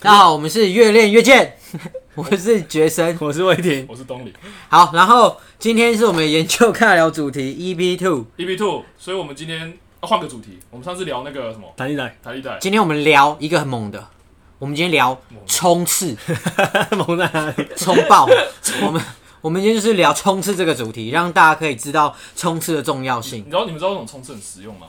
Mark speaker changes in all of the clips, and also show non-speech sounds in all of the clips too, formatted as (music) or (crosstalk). Speaker 1: 大家好，我们是越练越健， (laughs) 我是觉生。
Speaker 2: 我是魏婷
Speaker 3: 我是东里
Speaker 1: 好，然后今天是我们研究尬聊主题 EP two，
Speaker 3: EP E Two，所以我们今天啊换个主题，我们上次聊那个什么
Speaker 2: 谈一谈，
Speaker 3: 台历带，
Speaker 1: 今天我们聊一个很猛的，我们今天聊冲
Speaker 3: (laughs)
Speaker 1: 刺、
Speaker 2: 蒙在哪里？
Speaker 1: 冲爆。我们我们今天就是聊冲刺这个主题，让大家可以知道冲刺的重要性
Speaker 3: 你。知道你们知道那种冲刺很实用吗？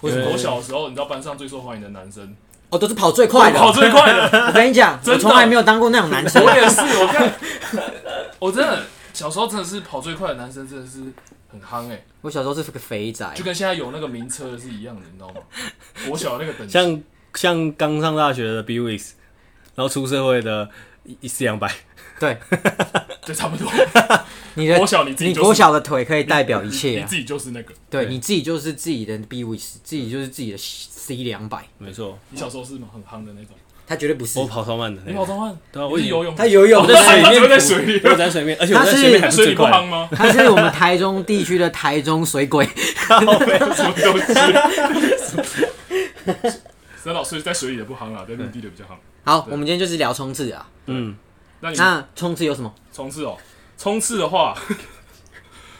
Speaker 1: 为什
Speaker 2: 么
Speaker 3: 我小的时候，你知道班上最受欢迎的男生，
Speaker 1: 哦，都是跑最快的。
Speaker 3: 跑最快的，
Speaker 1: (laughs) 我跟你讲，
Speaker 3: 真
Speaker 1: 我
Speaker 3: 的
Speaker 1: 从来没有当过那种男生
Speaker 3: 我。也是，我看，我真的小时候真的是跑最快的男生，真的是很夯哎、
Speaker 1: 我小时候是个肥宅，
Speaker 3: 就跟现在有那个名车的是一样的，你知道吗？我小的那个等级，
Speaker 2: 像像刚上大学的 B Weeks，然后出社会的一一四两百，
Speaker 1: 对，
Speaker 3: 对，差不多，
Speaker 1: 你的
Speaker 3: 国小你自己
Speaker 1: 你
Speaker 3: 就是
Speaker 1: 国小的腿可以代表一切
Speaker 3: 你
Speaker 1: 啊
Speaker 3: 自。己就是那个，
Speaker 1: 对，你自己就是自己的 B V，自己就是自己的 C 两百，
Speaker 2: 没错，
Speaker 3: 你小时候是吗？很夯的那种，
Speaker 1: 他绝对不是
Speaker 2: 我。跑超慢的那
Speaker 3: 你
Speaker 2: 个，
Speaker 3: 跑中换，
Speaker 2: 对啊
Speaker 3: 你
Speaker 2: 我
Speaker 3: 是
Speaker 2: 以
Speaker 3: 游泳，
Speaker 1: 他游泳
Speaker 2: 我在水里面
Speaker 3: 我
Speaker 2: 浮，
Speaker 3: 在水里
Speaker 2: 我在水里面，而且我
Speaker 1: 他
Speaker 2: 在
Speaker 1: 是
Speaker 2: 水里面还是
Speaker 3: 水里
Speaker 2: 最
Speaker 3: 不
Speaker 2: 快
Speaker 3: 夯
Speaker 2: 的，
Speaker 3: 吗？
Speaker 1: 他是我们台中地区的台中水鬼，
Speaker 3: (laughs) 什么东西？ (laughs) 沈老师在水里的不夯啦，在陆地的 (laughs) 比较夯。
Speaker 1: 好，我们今天就是聊冲刺啊。
Speaker 2: 嗯，
Speaker 3: 那你
Speaker 1: 那冲刺有什么？
Speaker 3: 冲刺哦，冲刺的话，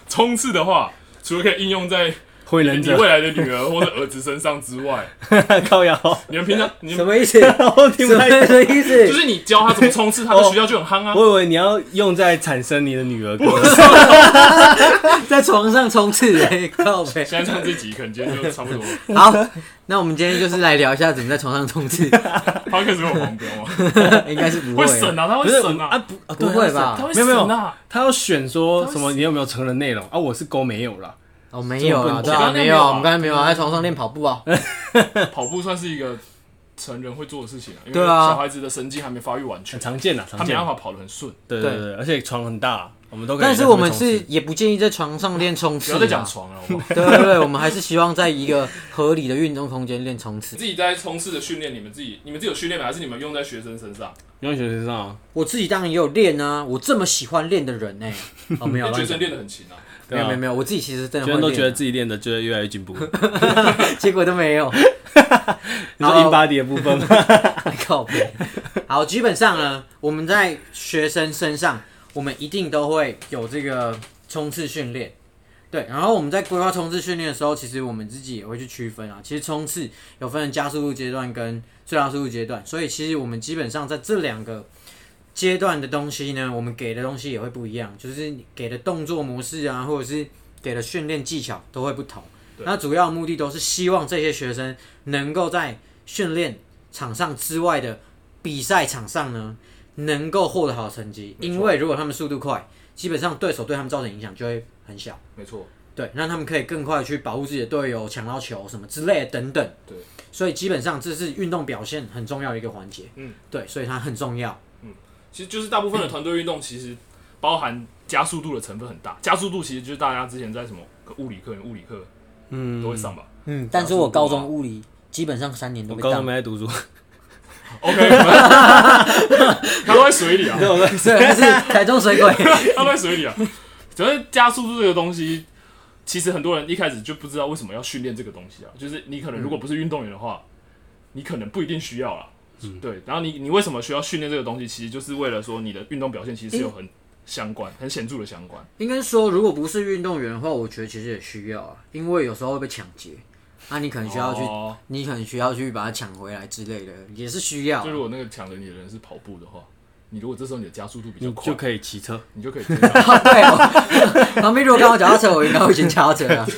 Speaker 3: 冲刺的话，除了可以应用在
Speaker 2: 火影忍
Speaker 3: 你
Speaker 2: 者
Speaker 3: 未来的女儿或者儿子身上之 (laughs) 外，
Speaker 2: (laughs) 靠腰，
Speaker 3: 你们平常
Speaker 2: 嗯
Speaker 3: 你 (laughs)
Speaker 1: 什
Speaker 3: 们
Speaker 1: 么
Speaker 2: (laughs)
Speaker 1: 意思？
Speaker 2: 我听不
Speaker 1: 什么
Speaker 2: 太懂。
Speaker 1: 意思？
Speaker 3: 就是你教他怎么冲刺，他在学校就很夯啊。
Speaker 2: 我以为你要用在产生你的女儿，
Speaker 1: 在床上冲刺、
Speaker 2: (laughs)
Speaker 1: 欸，靠背。
Speaker 3: 现在上这集可能今天就差不多， (laughs)
Speaker 1: 好，那我们今天就是来聊一下怎么在床上冲刺， (laughs)
Speaker 3: 他开始有黄标吗？
Speaker 1: 应该是不
Speaker 3: 会
Speaker 1: 会
Speaker 3: 审
Speaker 1: 啊。哦
Speaker 3: 啊，他
Speaker 2: 不
Speaker 3: 会
Speaker 2: 是
Speaker 3: 审
Speaker 2: 啊
Speaker 3: 啊，
Speaker 2: 不啊
Speaker 1: 不
Speaker 2: 对
Speaker 1: 会
Speaker 3: 他
Speaker 1: 吧？
Speaker 3: 会
Speaker 2: 没有没
Speaker 3: 审
Speaker 2: 有
Speaker 3: 啊。，
Speaker 2: 他要选说
Speaker 3: 他会
Speaker 2: 什么？你有没有成人内容啊？我是勾没有了，
Speaker 1: 哦，没有啊，
Speaker 2: 这
Speaker 1: 对
Speaker 3: 么不
Speaker 1: 啊，
Speaker 3: 能
Speaker 1: 没有啊，我们
Speaker 3: 这么不能
Speaker 1: 刚才没有啊，在床上练跑步啊。
Speaker 3: (laughs) 跑步算是一个成人会做的事情啊，因为
Speaker 1: 对啊
Speaker 3: 小孩子的神经还没发育完全
Speaker 2: 很，常见的，
Speaker 3: 他
Speaker 2: 常
Speaker 3: 没
Speaker 2: 见
Speaker 3: 办。法跑得很顺。
Speaker 2: 对对对，而且床很大，我们都可以在
Speaker 1: 但
Speaker 2: 这
Speaker 1: 是
Speaker 2: 边
Speaker 1: 我
Speaker 2: 冲刺。
Speaker 1: 们是也不建议在床上练冲
Speaker 3: (laughs) 不
Speaker 1: 刺、
Speaker 3: 要
Speaker 1: 啊。
Speaker 3: 再讲床了，好不好？
Speaker 1: (laughs) 对对对，我们还是希望在一个合理的运动空间练冲刺
Speaker 3: 你。自己在冲刺的训练，你们自己你们自己有训练吗？还是你们用在学生身上？
Speaker 2: 用学生上啊，
Speaker 1: 我自己当然也有练啊，我这么喜欢练的人呢、哦，没
Speaker 3: 因
Speaker 2: (laughs)
Speaker 1: 有
Speaker 3: 为
Speaker 1: 啦，
Speaker 3: 学生练得很勤啊，
Speaker 1: 没
Speaker 2: 对
Speaker 1: 有
Speaker 2: 啊
Speaker 1: 没有没有，我自己其实真的
Speaker 2: 学
Speaker 1: 会
Speaker 2: 生都
Speaker 1: 练啊
Speaker 2: 觉得自己练的就会越来越
Speaker 1: (laughs)
Speaker 2: 进步。你
Speaker 1: 结果都
Speaker 2: (laughs)
Speaker 1: 没有，
Speaker 2: 说
Speaker 1: 好
Speaker 2: in body 的部分吗？
Speaker 1: 靠背。好，基本上呢，我们在学生身上，我们一定都会有这个冲刺训练。对，然后我们在规划冲刺训练的时候，其实我们自己也会去区分啊。其实冲刺有分成加速度阶段跟最大速度阶段，所以其实我们基本上在这两个阶段的东西呢，我们给的东西也会不一样，就是你给的动作模式啊，或者是给的训练技巧都会不同。那主要目的都是希望这些学生能够在训练场上之外的比赛场上呢，能够获得好成绩。因为如果他们速度快，基本上对手对他们造成影响就会很小。
Speaker 3: 没错，
Speaker 1: 对，让他们可以更快地去保护自己的队友、抢到球什么之类的等等。
Speaker 3: 对，
Speaker 1: 所以基本上这是运动表现很重要的一个环节。
Speaker 3: 嗯，
Speaker 1: 对，所以它很重要。
Speaker 3: 其实就是大部分的团队运动其实包含加速度的成分很大。加速度其实就是大家之前在什么物理课、物理课都会
Speaker 2: 嗯，
Speaker 3: 上吧。
Speaker 1: (laughs) 嗯，但是我高中物理基本上三年都
Speaker 2: 我
Speaker 1: 被
Speaker 2: 高中
Speaker 1: 当 (laughs)
Speaker 2: 没，在读书，
Speaker 3: OK，他 (laughs) 都在水
Speaker 2: (laughs)
Speaker 3: 里
Speaker 1: (laughs)
Speaker 3: 啊，
Speaker 1: 对，但是台中水鬼。 (laughs)
Speaker 3: 他都在水里啊。主要是加速度这个东西，其实很多人一开始就不知道为什么要训练这个东西啊。就是你可能如
Speaker 2: 嗯
Speaker 3: 果不是运动员的话，你可能不一定需要啦。
Speaker 2: 嗯
Speaker 3: 对，然后你你为什么需要训练这个东西？其实就是为了说你的运动表现其实是有很相关、很显著的相关。
Speaker 1: 应该说，如果不是运动员的话，我觉得其实也需要啊，因为有时候会被抢劫，那、你可能需要去，
Speaker 3: 哦
Speaker 1: 你可能需要去把它抢回来之类的，也是需要啊 (laughs)
Speaker 3: 就。如果那个抢着你的人是跑步的话，你如果这时候你的加速度比较
Speaker 2: 你
Speaker 3: 快，
Speaker 2: 就可以骑车。
Speaker 3: 你就可以追上。
Speaker 1: 对哦， (laughs) 旁边如果刚好脚踏车，我应该会先 (laughs) 脚踏车啊。
Speaker 3: (laughs)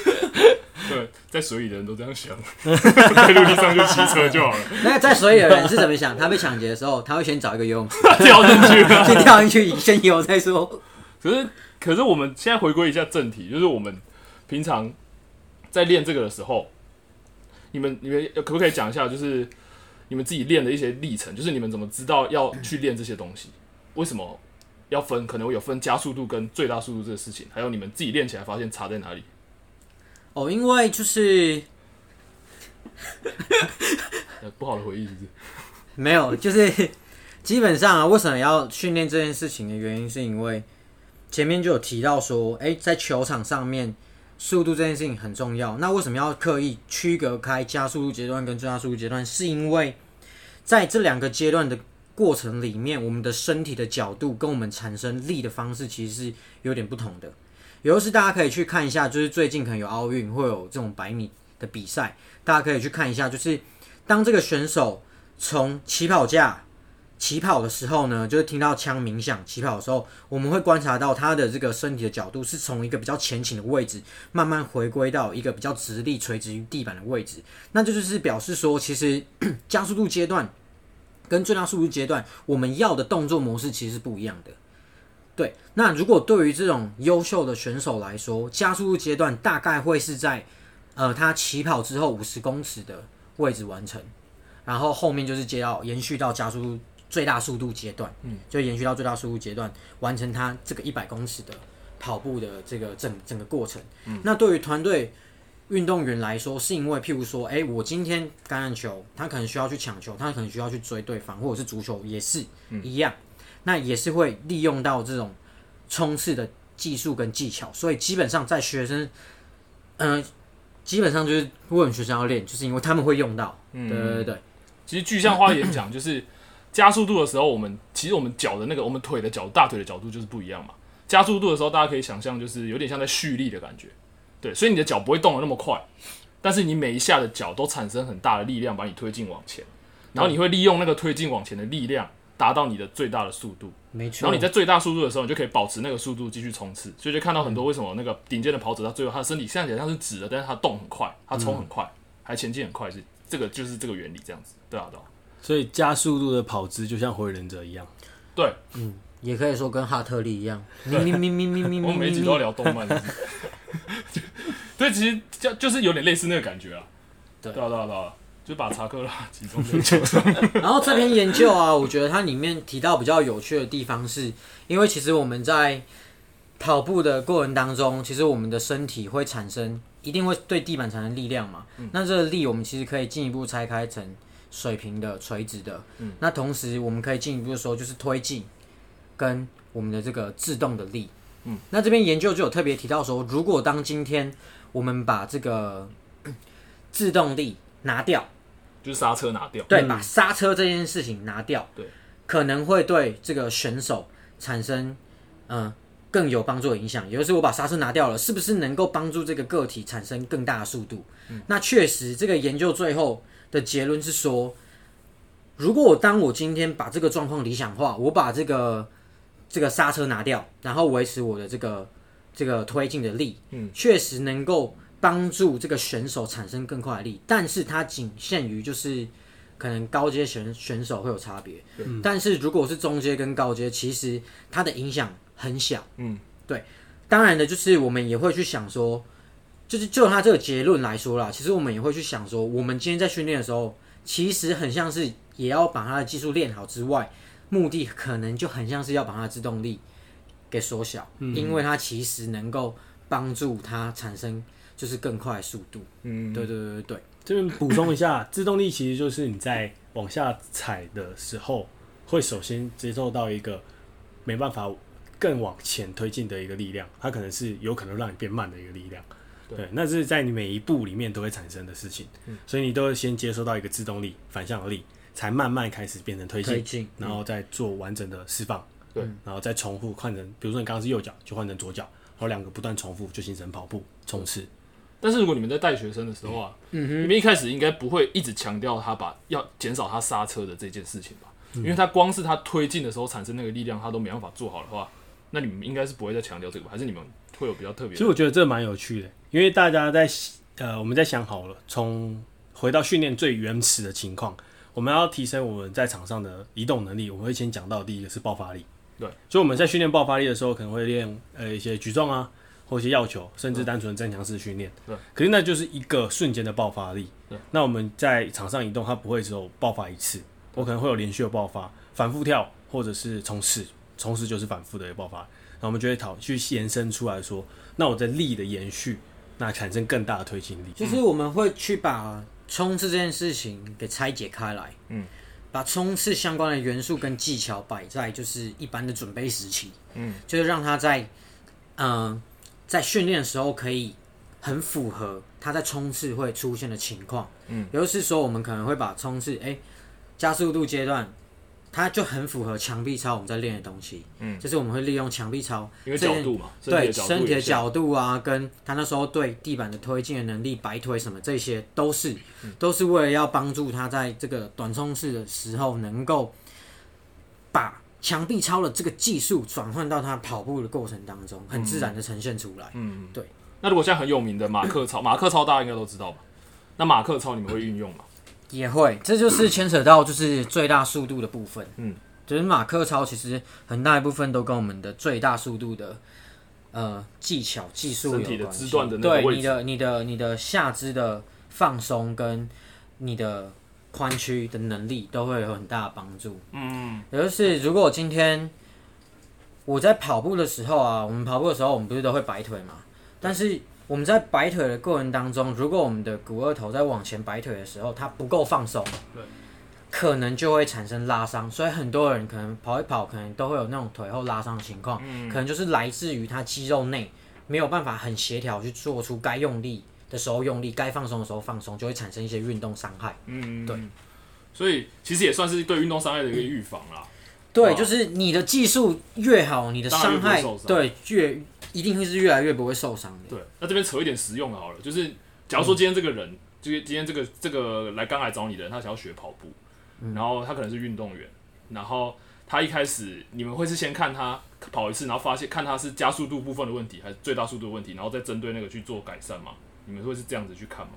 Speaker 3: 对，在水里的人都这样想， (laughs) 在陆地上就骑车就好了，
Speaker 1: 那在水里的人是怎么想？他被抢劫的时候， (laughs) 他会先找一个游泳池，
Speaker 3: 跳进去了。
Speaker 1: 先跳进去，先游再说。
Speaker 3: 可是，可是我们现在回归一下正题，就是我们平常在练这个的时候，你们你们可不可以讲一下，就是你们自己练的一些历程，就是你们怎么知道要去练这些东西？为什么要分？可能有分加速度跟最大速度这个事情，还有你们自己练起来发现差在哪里？
Speaker 1: 哦，因为就是
Speaker 3: 呃不好的回忆是不是？
Speaker 1: 没有，就是 (laughs) 基本上啊，为什么要训练这件事情的原因，是因为前面就有提到说，哎、在球场上面速度这件事情很重要。那为什么要刻意区隔开加速度阶段跟最大速度阶段？是因为在这两个阶段的过程里面，我们的身体的角度跟我们产生力的方式其实是有点不同的。尤其是大家可以去看一下，就是最近可能有奥运会有这种百米的比赛，大家可以去看一下，就是当这个选手从起跑架起跑的时候呢，就是听到枪鸣响，起跑的时候，我们会观察到他的这个身体的角度是从一个比较前倾的位置，慢慢回归到一个比较直立、垂直于地板的位置。那这就是表示说，其实加速度阶段跟最大速度阶段，我们要的动作模式其实是不一样的。对，那如果对于这种优秀的选手来说，加速度阶段大概会是在呃他起跑之后五十公尺的位置完成，然后后面就是接到延续到加速度最大速度阶段，嗯，就延续到最大速度阶段完成他这个一百公尺的跑步的这个整整个过程。嗯，那对于团队运动员来说，是因为譬如说，哎、我今天橄榄球，他可能需要去抢球，他可能需要去追对方，或者是足球也是、一样，那也是会利用到这种冲刺的技术跟技巧，所以基本上在学生，嗯、基本上就是问学生要练，就是因为他们会用到，对对对对，
Speaker 3: 其实具象化演讲就是加速度的时候，我们其实我们脚的那个，我们腿的角度、大腿的角度就是不一样嘛。加速度的时候，大家可以想象就是有点像在蓄力的感觉，对，所以你的脚不会动得那么快，但是你每一下的脚都产生很大的力量，把你推进往前，然后你会利用那个推进往前的力量，达到你的最大的速度。
Speaker 1: 没
Speaker 3: 然
Speaker 1: 错
Speaker 3: 后你。在最大速度的时候，你就可以保持那个速度继续冲刺，所以就看到很多为什么那个顶尖的跑者，他最后他的身体看起来他是直的，但是他动很快，他冲很快，还前进很快，是这个就是这个原理这样子，对啊，对啊，
Speaker 2: 所以加速度的跑姿就像火影忍者一样，
Speaker 3: 对，
Speaker 1: 也可以说跟哈特利一样，咪咪咪咪咪咪
Speaker 3: (laughs)
Speaker 1: 咪
Speaker 3: 我们每一集都要聊动
Speaker 1: (laughs)
Speaker 3: 漫，是不是对，其实就就是有点类似那个感觉啊，
Speaker 1: 对
Speaker 3: 对啊，对啊，对啊，就把查克拉集中在
Speaker 1: (laughs)
Speaker 3: 脚上，
Speaker 1: 然后这篇研究啊，我觉得它里面提到比较有趣的地方是，因为其实我们在跑步的过程当中，其实我们的身体会产生一定会对地板产生力量嘛。那这个力我们其实可以进一步拆开成水平的、垂直的。那同时我们可以进一步说，就是推进跟我们的这个制动的力。嗯，那这边研究就有特别提到说，如果当今天我们把这个 (clears throat) 嗯制动力拿掉。
Speaker 3: 就是刹车拿掉，
Speaker 1: 对，把刹车这件事情拿掉，
Speaker 3: 嗯对，
Speaker 1: 可能会对这个选手产生嗯、呃更有帮助的影响。也就是我把刹车拿掉了，是不是能够帮助这个个体产生更大的速度？那确实，这个研究最后的结论是说，如果我当我今天把这个状况理想化，我把这个这个刹车拿掉，然后维持我的这个这个推进的力，嗯，确实能够帮助这个选手产生更快的力，但是它仅限于就是可能高阶选选手会有差别，但是如果是中阶跟高阶，其实它的影响很小。
Speaker 3: 嗯，
Speaker 1: 对。当然的，就是我们也会去想说，就是就他这个结论来说啦，其实我们也会去想说，我们今天在训练的时候，其实很像是也要把他的技术练好之外，目的可能就很像是要把他的制动力给缩小，因为它其实能够帮助他产生就是更快的速度。
Speaker 3: 嗯，
Speaker 1: 对对对对对。
Speaker 2: 这边补充一下，制动力其实就是你在往下踩的时候，会首先接受到一个没办法更往前推进的一个力量，它可能是有可能让你变慢的一个力量。
Speaker 3: 对
Speaker 2: 对，那是在你每一步里面都会产生的事情，所以你都会先接收到一个制动力、反向的力，才慢慢开始变成推
Speaker 1: 推
Speaker 2: 进，
Speaker 1: 进
Speaker 2: 然后再做完整的释放，
Speaker 3: 对，
Speaker 2: 然后再重复换成，比如说你刚刚是右脚，就换成左脚，然后两个不断重复，就形成跑步冲刺。
Speaker 3: 但是如果你们在带学生的时候啊，
Speaker 1: 嗯
Speaker 3: 你们一开始应该不会一直强调他把要减少他刹车的这件事情吧？
Speaker 1: 嗯
Speaker 3: 因为他光是他推进的时候产生那个力量，他都没办法做好的话，那你们应该是不会再强调这个吧？还是你们会有比较特别的
Speaker 2: 其实？我觉得这蛮有趣的，因为大家在呃，我们在想好了，从回到训练最原始的情况，我们要提升我们在场上的移动能力，我们会先讲到第一个是爆发力。
Speaker 3: 对，
Speaker 2: 所以我们在训练爆发力的时候，可能会练呃一些举重啊，或一些药球，甚至单纯增强式训练。
Speaker 3: 对，
Speaker 2: 可是那就是一个瞬间的爆发力。
Speaker 3: 对，
Speaker 2: 那我们在场上移动，它不会只有爆发一次，我可能会有连续的爆发，反复跳或者是冲刺，冲刺就是反复的一个爆发。然后我们就会讨去延伸出来说，那我的力的延续，那产生更大的推进力。
Speaker 3: 嗯
Speaker 1: 就是我们会去把冲刺这件事情给拆解开来，嗯，把冲刺相关的元素跟技巧摆在就是一般的准备时期，嗯，就是让他在嗯、呃在训练的时候可以很符合他在冲刺会出现的情况，嗯，也就是说我们可能会把冲刺哎、诶加速度阶段它就很符合墙壁操我们在练的东西。
Speaker 3: 嗯，
Speaker 1: 就是我们会利用墙壁操，
Speaker 3: 因为角度嘛，身体
Speaker 1: 对
Speaker 3: 的角
Speaker 1: 身
Speaker 3: 度
Speaker 1: 体的
Speaker 3: 也像，
Speaker 1: 角度啊，跟他那时候对地板的推进的能力、摆腿什么，这些都是、
Speaker 3: 嗯
Speaker 1: 都是为了要帮助他在这个短冲式的时候，能够把墙壁操的这个技术转换到他跑步的过程当中，很自然的呈现出来。
Speaker 3: 嗯，
Speaker 1: 对。
Speaker 3: 那如果现在很有名的马克操，马克操大家应该都知道吧？那马克操你们会运用吗？
Speaker 1: 也会，这就是牵扯到就是最大速度的部分。
Speaker 3: 嗯，
Speaker 1: 就是马克操其实很大一部分都跟我们的最大速度的呃技巧、技术有
Speaker 3: 身体的
Speaker 1: 关系
Speaker 3: 肢段的那个位
Speaker 1: 对
Speaker 3: 置
Speaker 1: 你的、你的、你的下肢的放松跟你的髋屈的能力都会有很大的帮助。
Speaker 3: 嗯，
Speaker 1: 也就是如果我今天我在跑步的时候啊，我们跑步的时候，我们不是都会摆腿嘛？但是我们在摆腿的过程当中，如果我们的股二头在往前摆腿的时候，它不够放松，可能就会产生拉伤。所以很多人可能跑一跑，可能都会有那种腿后拉伤的情况，可能就是来自于他肌肉内没有办法很协调去做出该用力的时候用力，该放松的时候放松，就会产生一些运动伤害。
Speaker 3: 嗯，对。所以其实也算是对运动伤害的一个预防啦。
Speaker 1: 对，
Speaker 3: 哇
Speaker 1: 就是你的技术越好，你的
Speaker 3: 当然
Speaker 1: 伤害
Speaker 3: 啊越不会受伤
Speaker 1: 对越一定会是越来越不会受伤的。
Speaker 3: 对，那这边扯一点实用的好了，就是假如说今天这个人，就是今天这个这个来刚来找你的人，他想要学跑步，然后他可能是运动员，然后他一开始你们会是先看他跑一次，然后发现看他是加速度部分的问题还是最大速度的问题，然后再针对那个去做改善吗？你们会是这样子去看吗？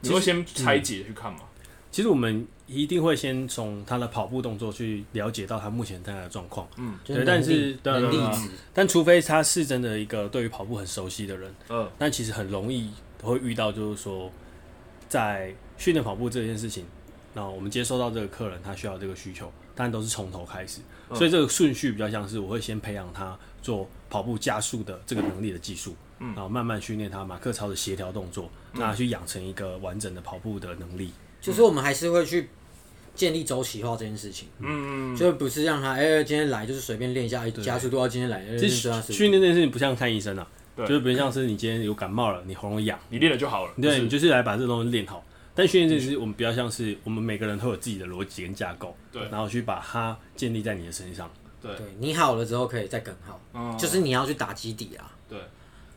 Speaker 3: 你们会先拆解去看吗？
Speaker 2: 其实我们一定会先从他的跑步动作去了解到他目前大概的状况，
Speaker 3: 嗯
Speaker 1: 就是
Speaker 2: 对，
Speaker 1: 能
Speaker 2: 但
Speaker 1: 力
Speaker 2: 是对啊
Speaker 1: 能
Speaker 2: 对啊
Speaker 1: 力
Speaker 2: 对啊
Speaker 1: 值，
Speaker 2: 但除非他是真的一个对于跑步很熟悉的人，
Speaker 3: 嗯，
Speaker 2: 但其实很容易会遇到，就是说在训练跑步这件事情，然后我们接收到这个客人他需要这个需求，但都是从头开始，
Speaker 3: 嗯
Speaker 2: 所以这个顺序比较像是我会先培养他做跑步加速的这个能力的技术，
Speaker 3: 嗯
Speaker 2: 然后慢慢训练他马克操的协调动作，那去养成一个完整的跑步的能力。
Speaker 1: 就是我们还是会去建立周期化这件事情，
Speaker 3: 嗯，
Speaker 1: 就不是让他哎、今天来就是随便练一下，哎加速度要今天来，哎
Speaker 2: 其
Speaker 1: 这
Speaker 2: 实
Speaker 1: 样子
Speaker 2: 训练这件事情不像看医生啊，
Speaker 3: 对
Speaker 2: 就是不像是你今天有感冒了，你喉咙痒。
Speaker 3: 你练了就好了。
Speaker 2: 对，
Speaker 3: 就
Speaker 2: 你
Speaker 3: 是
Speaker 2: 就是来把这东西练好。但训练这件事情我们比较像是我们每个人都有自己的逻辑跟架构，
Speaker 3: 对
Speaker 2: 然后去把它建立在你的身上。
Speaker 3: 对
Speaker 1: 对你好了之后可以再更好，
Speaker 2: 啊
Speaker 3: 嗯
Speaker 1: 就是你要去打基底啊。
Speaker 3: 对，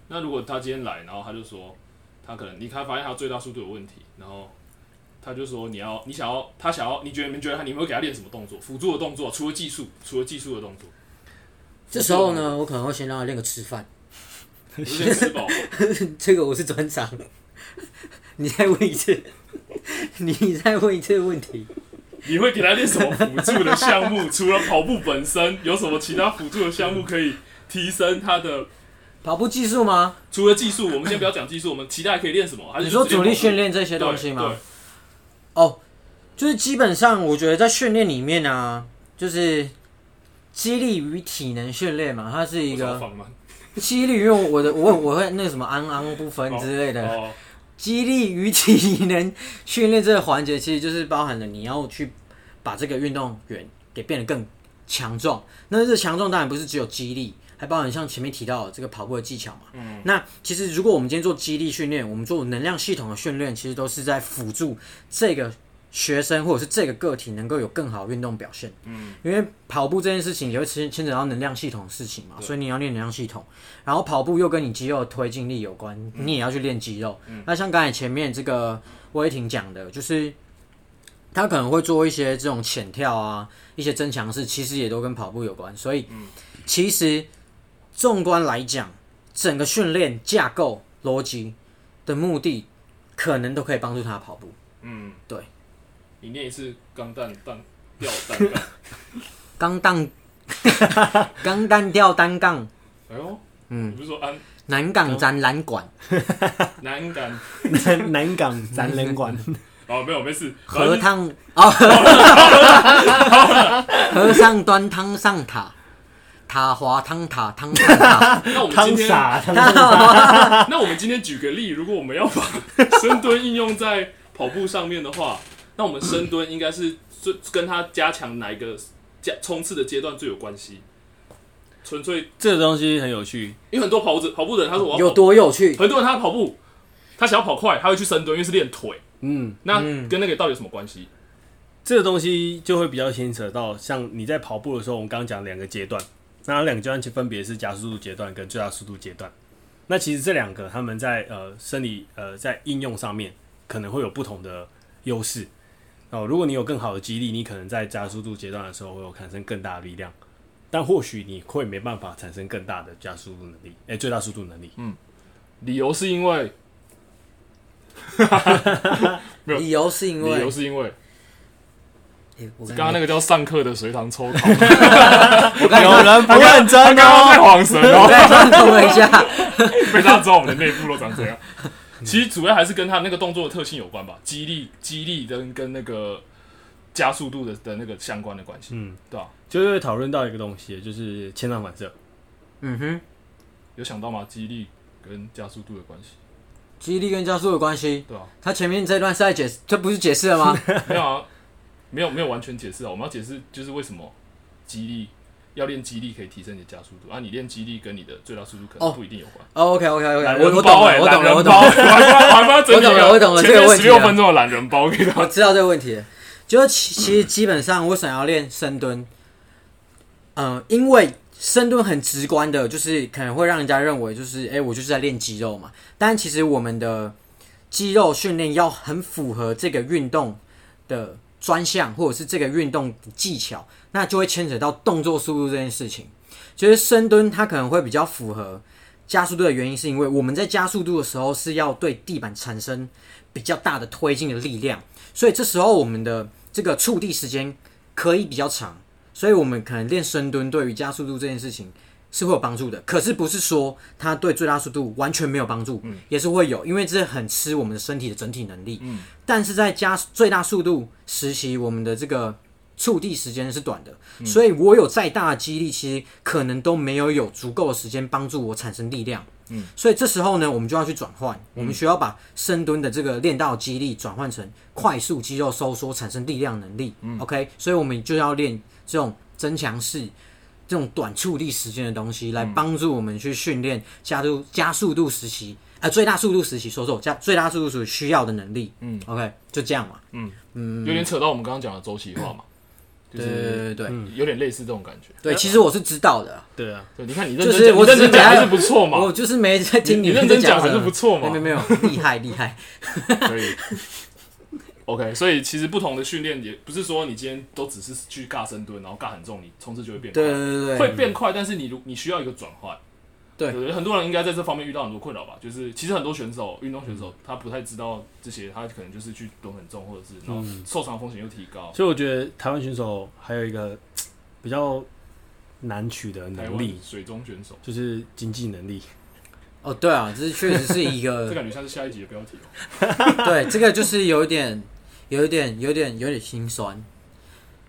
Speaker 3: 那如果他今天来，然后他就说，他可能你看发现他最大速度有问题，然后他就说你要你想要他想要你觉得你们觉得他你们会给他练什么动作？辅助的动作，除了技术，除了技术的动作，
Speaker 1: 这时候呢，我可能会先让他练个吃饭， (laughs)
Speaker 3: 不是先吃饱吗。
Speaker 1: 这个我是专长。 (laughs) 你再问一次， (laughs) 你再问一次问题。
Speaker 3: (laughs) 你会给他练什么辅助的项目？除了跑步本身，有什么其他辅助的项目可以提升他的？
Speaker 1: 跑步技术吗？
Speaker 3: 除了技术，我们先不要讲技术，我们其他还可以练什
Speaker 2: 啊
Speaker 3: 么？还是
Speaker 1: 你说
Speaker 3: 就直接
Speaker 1: 主力
Speaker 3: 跑步
Speaker 1: 训练这些东西吗？？哦，就是基本上我觉得在训练里面啊，就是激励与体能训练嘛，它是
Speaker 3: 对
Speaker 1: 一
Speaker 3: 我想
Speaker 1: 个
Speaker 3: 放慢
Speaker 1: 激励，因为我的我我会那个什么昂昂不分之类的，
Speaker 3: 哦，
Speaker 1: 激励与体能训练这个环节，其实就是包含了你要去把这个运动员给变得更强壮。那这强壮当然不是只有激励，还包含像前面提到的这个跑步的技巧嘛。嗯。那其实如果我们今天做激励训练，我们做能量系统的训练，其实都是在辅助这个学生或者是这个个体能够有更好的运动表现。嗯。因为跑步这件事情也会牵牵扯到能量系统的事情嘛，所以你要练能量系统。然后跑步又跟你肌肉的推进力有关，你也要去练肌肉。那像刚才前面这个威霆讲的，就是他可能会做一些这种潜跳啊，一些增强式，其实也都跟跑步有关。所以，其实纵观来讲，整个训练架构逻辑的目的，可能都可以帮助他跑步。
Speaker 3: 嗯，
Speaker 1: 对，
Speaker 3: 你念一次钢弹弹吊弹
Speaker 1: (laughs)
Speaker 3: 杠，
Speaker 1: 钢弹， (laughs) 钢弹吊单杠，
Speaker 3: 哎呦，嗯，你不是说安
Speaker 1: 南港展览馆，
Speaker 3: 南港
Speaker 2: 南南港展览馆，
Speaker 3: 哦，没有，没事。反
Speaker 1: 和
Speaker 3: 正
Speaker 1: 汤哦，和尚端汤上塔，塔滑汤塔汤上塔，
Speaker 3: 那我们
Speaker 2: (laughs) 汤
Speaker 3: 今天，
Speaker 2: 傻汤
Speaker 3: (laughs)
Speaker 2: 傻，
Speaker 3: 那我们今天举个例，如果我们要把
Speaker 1: (laughs)
Speaker 3: 深蹲应用在跑步上面的话，那我们深蹲应该是最跟它加强哪一个加冲刺的阶段最有关系？纯粹
Speaker 2: 这个东西很有趣。
Speaker 3: 因为很多跑步者跑步的人，他说我要
Speaker 1: (laughs) 有
Speaker 3: 跑，
Speaker 1: 多有趣？
Speaker 3: 很多人他跑步，他想要跑快，他会去深蹲，因为是练腿。
Speaker 2: 嗯，
Speaker 3: 那跟那个到底有什么关系？
Speaker 2: 这个东西就会比较牵扯到，像你在跑步的时候，我们刚刚讲两个阶段，那两个阶段其实分别是加速度阶段跟最大速度阶段。那其实这两个他们在呃生理呃在应用上面可能会有不同的优势。哦，如果你有更好的肌力，你可能在加速度阶段的时候会有产生更大的力量，但或许你会没办法产生更大的加速度能力，哎、最大速度能力。
Speaker 3: 理由是因为，没有
Speaker 1: 理由是因
Speaker 3: 理
Speaker 1: 为
Speaker 3: 由是因为
Speaker 1: 诶我
Speaker 3: 刚刚那
Speaker 1: 个
Speaker 3: 个叫上课的随堂抽 (laughs) 考，
Speaker 1: 我刚才
Speaker 2: 人不认真
Speaker 3: 他刚刚在晃神哦
Speaker 1: 我。刚才动了一 (laughs) 下，
Speaker 3: 被大家知道我们的内部都长这样。其实主要还是跟他那个动作的特性有关吧，肌力、肌力跟跟那个加速度的的那个相关的关系，
Speaker 2: 嗯，
Speaker 3: 对吧、
Speaker 2: 就是会讨论到一个东西，就是前场反射。
Speaker 1: 嗯哼，
Speaker 3: 有想到吗？肌力跟加速度的关系，
Speaker 1: 肌力跟加速有关系。
Speaker 3: 对吧、啊
Speaker 1: 他前面这段是在解释，这不是解释了吗？
Speaker 3: 没有啊，没有没有完全解释啊，我们要解释就是为什么肌力要练肌力可以提升你的加速度啊，你练肌力跟你的最大速度可能
Speaker 1: 哦
Speaker 3: 不一定有关。
Speaker 1: 哦，OK OK OK，
Speaker 2: 懒
Speaker 1: 我
Speaker 2: 人
Speaker 1: 我懂
Speaker 3: 包
Speaker 1: 了
Speaker 3: 哎，，
Speaker 1: 我懂
Speaker 3: 懒
Speaker 1: 了，我
Speaker 3: 人
Speaker 1: 懂
Speaker 3: 包，我
Speaker 1: 了，
Speaker 3: 还帮我还帮他整理
Speaker 1: 我懂了我懂了
Speaker 3: 啊前
Speaker 1: 这个
Speaker 3: 面
Speaker 1: 问
Speaker 3: 十
Speaker 1: 题啊
Speaker 3: 六
Speaker 1: 了
Speaker 3: 分钟的懒人包给
Speaker 1: 我
Speaker 3: 他，
Speaker 1: 知道这个问题了。就是其其实基本上为什么要练深蹲？呃，因为深蹲很直观的，就是可能会让人家认为就是，哎、我就是在练肌肉嘛。但其实我们的肌肉训练要很符合这个运动的专项，或者是这个运动的技巧，那就会牵扯到动作速度这件事情。就是深蹲它可能会比较符合加速度的原因，是因为我们在加速度的时候是要对地板产生比较大的推进的力量，所以这时候我们的这个触地时间可以比较长，所以我们可能练深蹲对于加速度这件事情是会有帮助的。可是不是说它对最大速度完全没有帮助，也是会有，因为这很吃我们的身体的整体能力。但是在加最大速度时期，我们的这个触地时间是短的，所以我有再大的肌力，其实可能都没有有足够的时间帮助我产生力量。嗯，所以这时候呢，我们就要去转换，
Speaker 3: 嗯
Speaker 1: 我们需要把深蹲的这个练到的肌力转换成快速肌肉收缩，产生力量能力。OK，所以
Speaker 3: 嗯
Speaker 1: 我们就要练这种增强式。这种短触地时间的东
Speaker 3: 嗯
Speaker 1: 西来帮助我们去训练加速加速度时期，啊、最大速度时期，说错，加最大速度时期需要的能力。嗯，OK，就这样嘛。
Speaker 3: 嗯
Speaker 1: 嗯
Speaker 3: 有点扯到我们刚刚讲的周期化嘛，就
Speaker 1: 对
Speaker 3: 是嗯
Speaker 1: 对对对、
Speaker 3: 有点类似这种感觉。
Speaker 1: 对，其实我是知道的，
Speaker 2: 对啊，
Speaker 3: 对，你看你认
Speaker 1: 就
Speaker 3: 真
Speaker 1: 是
Speaker 3: 讲，
Speaker 1: 我只
Speaker 3: 你认
Speaker 1: 是
Speaker 3: 真讲
Speaker 1: 等下
Speaker 3: 还是不错
Speaker 1: 我
Speaker 3: 嘛，
Speaker 1: 就是没在听
Speaker 3: 你
Speaker 1: 们
Speaker 3: 认真
Speaker 1: 讲
Speaker 3: 讲还是
Speaker 1: 什么
Speaker 3: 不错嘛
Speaker 1: 没有没有，没有厉害厉害。
Speaker 3: 可以。OK，所以其实不同的训练也不是说你今天都只是去尬深蹲，然后尬很重，你冲刺就会变快，
Speaker 1: 对对对
Speaker 3: 会
Speaker 1: 对，
Speaker 3: 变快，但是你如你需要一个转换。
Speaker 1: 对
Speaker 3: 对，很多人应该在这方面遇到很多困扰吧？就是其实很多选手，运动选手他不太知道这些，他可能就是去蹲很重，或者是然后
Speaker 1: 嗯
Speaker 3: 受伤风险又提高。
Speaker 2: 所以我觉得台湾选手还有一个比较难取得
Speaker 3: 台
Speaker 2: 能
Speaker 3: 湾
Speaker 2: 力，
Speaker 3: 水中选手，
Speaker 2: 就是经济能力。
Speaker 1: 哦对啊，这是确实是一
Speaker 3: 这 (laughs)
Speaker 1: 个，
Speaker 3: 感觉像是下一集的标题
Speaker 1: (laughs)
Speaker 3: 哦。
Speaker 1: 对，这个就是有一点，有一点，有一点，有点心酸。